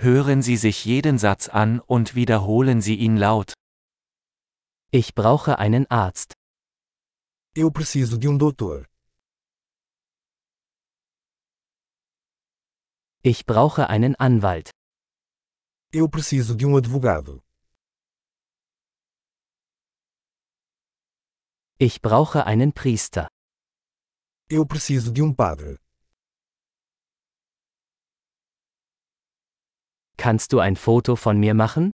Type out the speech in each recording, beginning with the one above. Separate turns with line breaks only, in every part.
Hören Sie sich jeden Satz an und wiederholen Sie ihn laut.
Ich brauche einen Arzt.
Eu preciso de um doutor.
Ich brauche einen Anwalt.
Eu preciso de um advogado.
Ich brauche einen Priester.
Eu preciso de um padre.
Kannst du ein Foto von mir machen?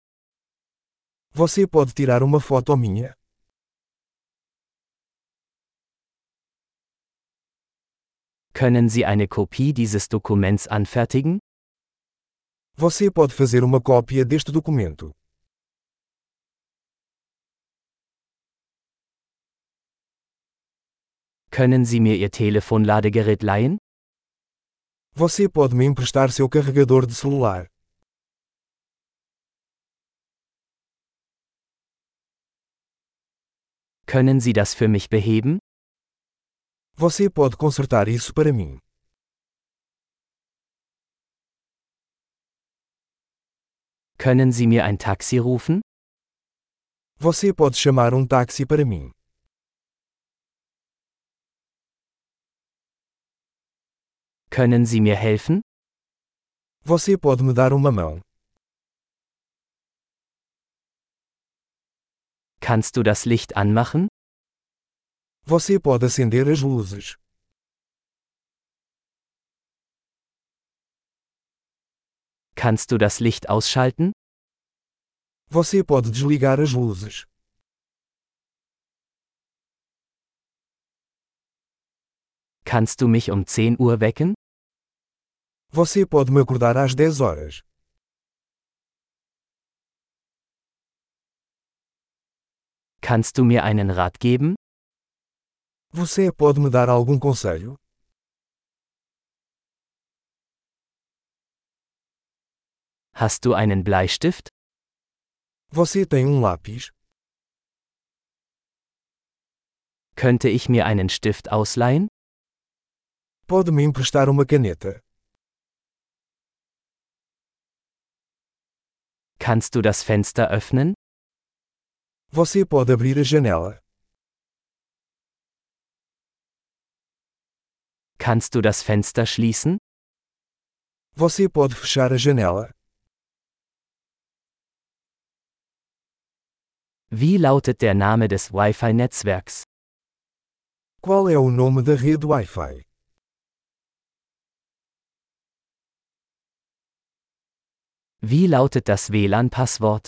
Você pode tirar uma foto minha?
Können Sie eine Kopie dieses Dokuments anfertigen?
Você pode fazer uma cópia deste documento.
Können Sie mir Ihr Telefonladegerät leihen?
Você pode me emprestar seu carregador de celular.
Können Sie das für mich beheben?
Você pode consertar isso para mim.
Können Sie mir ein Taxi rufen?
Você pode chamar um táxi para mim.
Können Sie mir helfen?
Você pode me dar uma mão.
Kannst du das Licht anmachen?
Você pode acender as luzes.
Kannst du das Licht ausschalten?
Você pode desligar as luzes.
Kannst du mich um 10 Uhr wecken?
Você pode me acordar às 10 horas.
Kannst du mir einen Rat geben?
Você pode me dar algum conselho?
Hast du einen Bleistift?
Você tem um lápis?
Könnte ich mir einen Stift ausleihen?
Pode me emprestar uma caneta?
Kannst du das Fenster öffnen?
Você pode abrir a janela?
Kannst du das Fenster schließen?
Você pode fechar a janela?
Wie lautet der Name des Wi-Fi-Netzwerks?
Qual é o nome da rede Wi-Fi?
Wie lautet das WLAN-Passwort?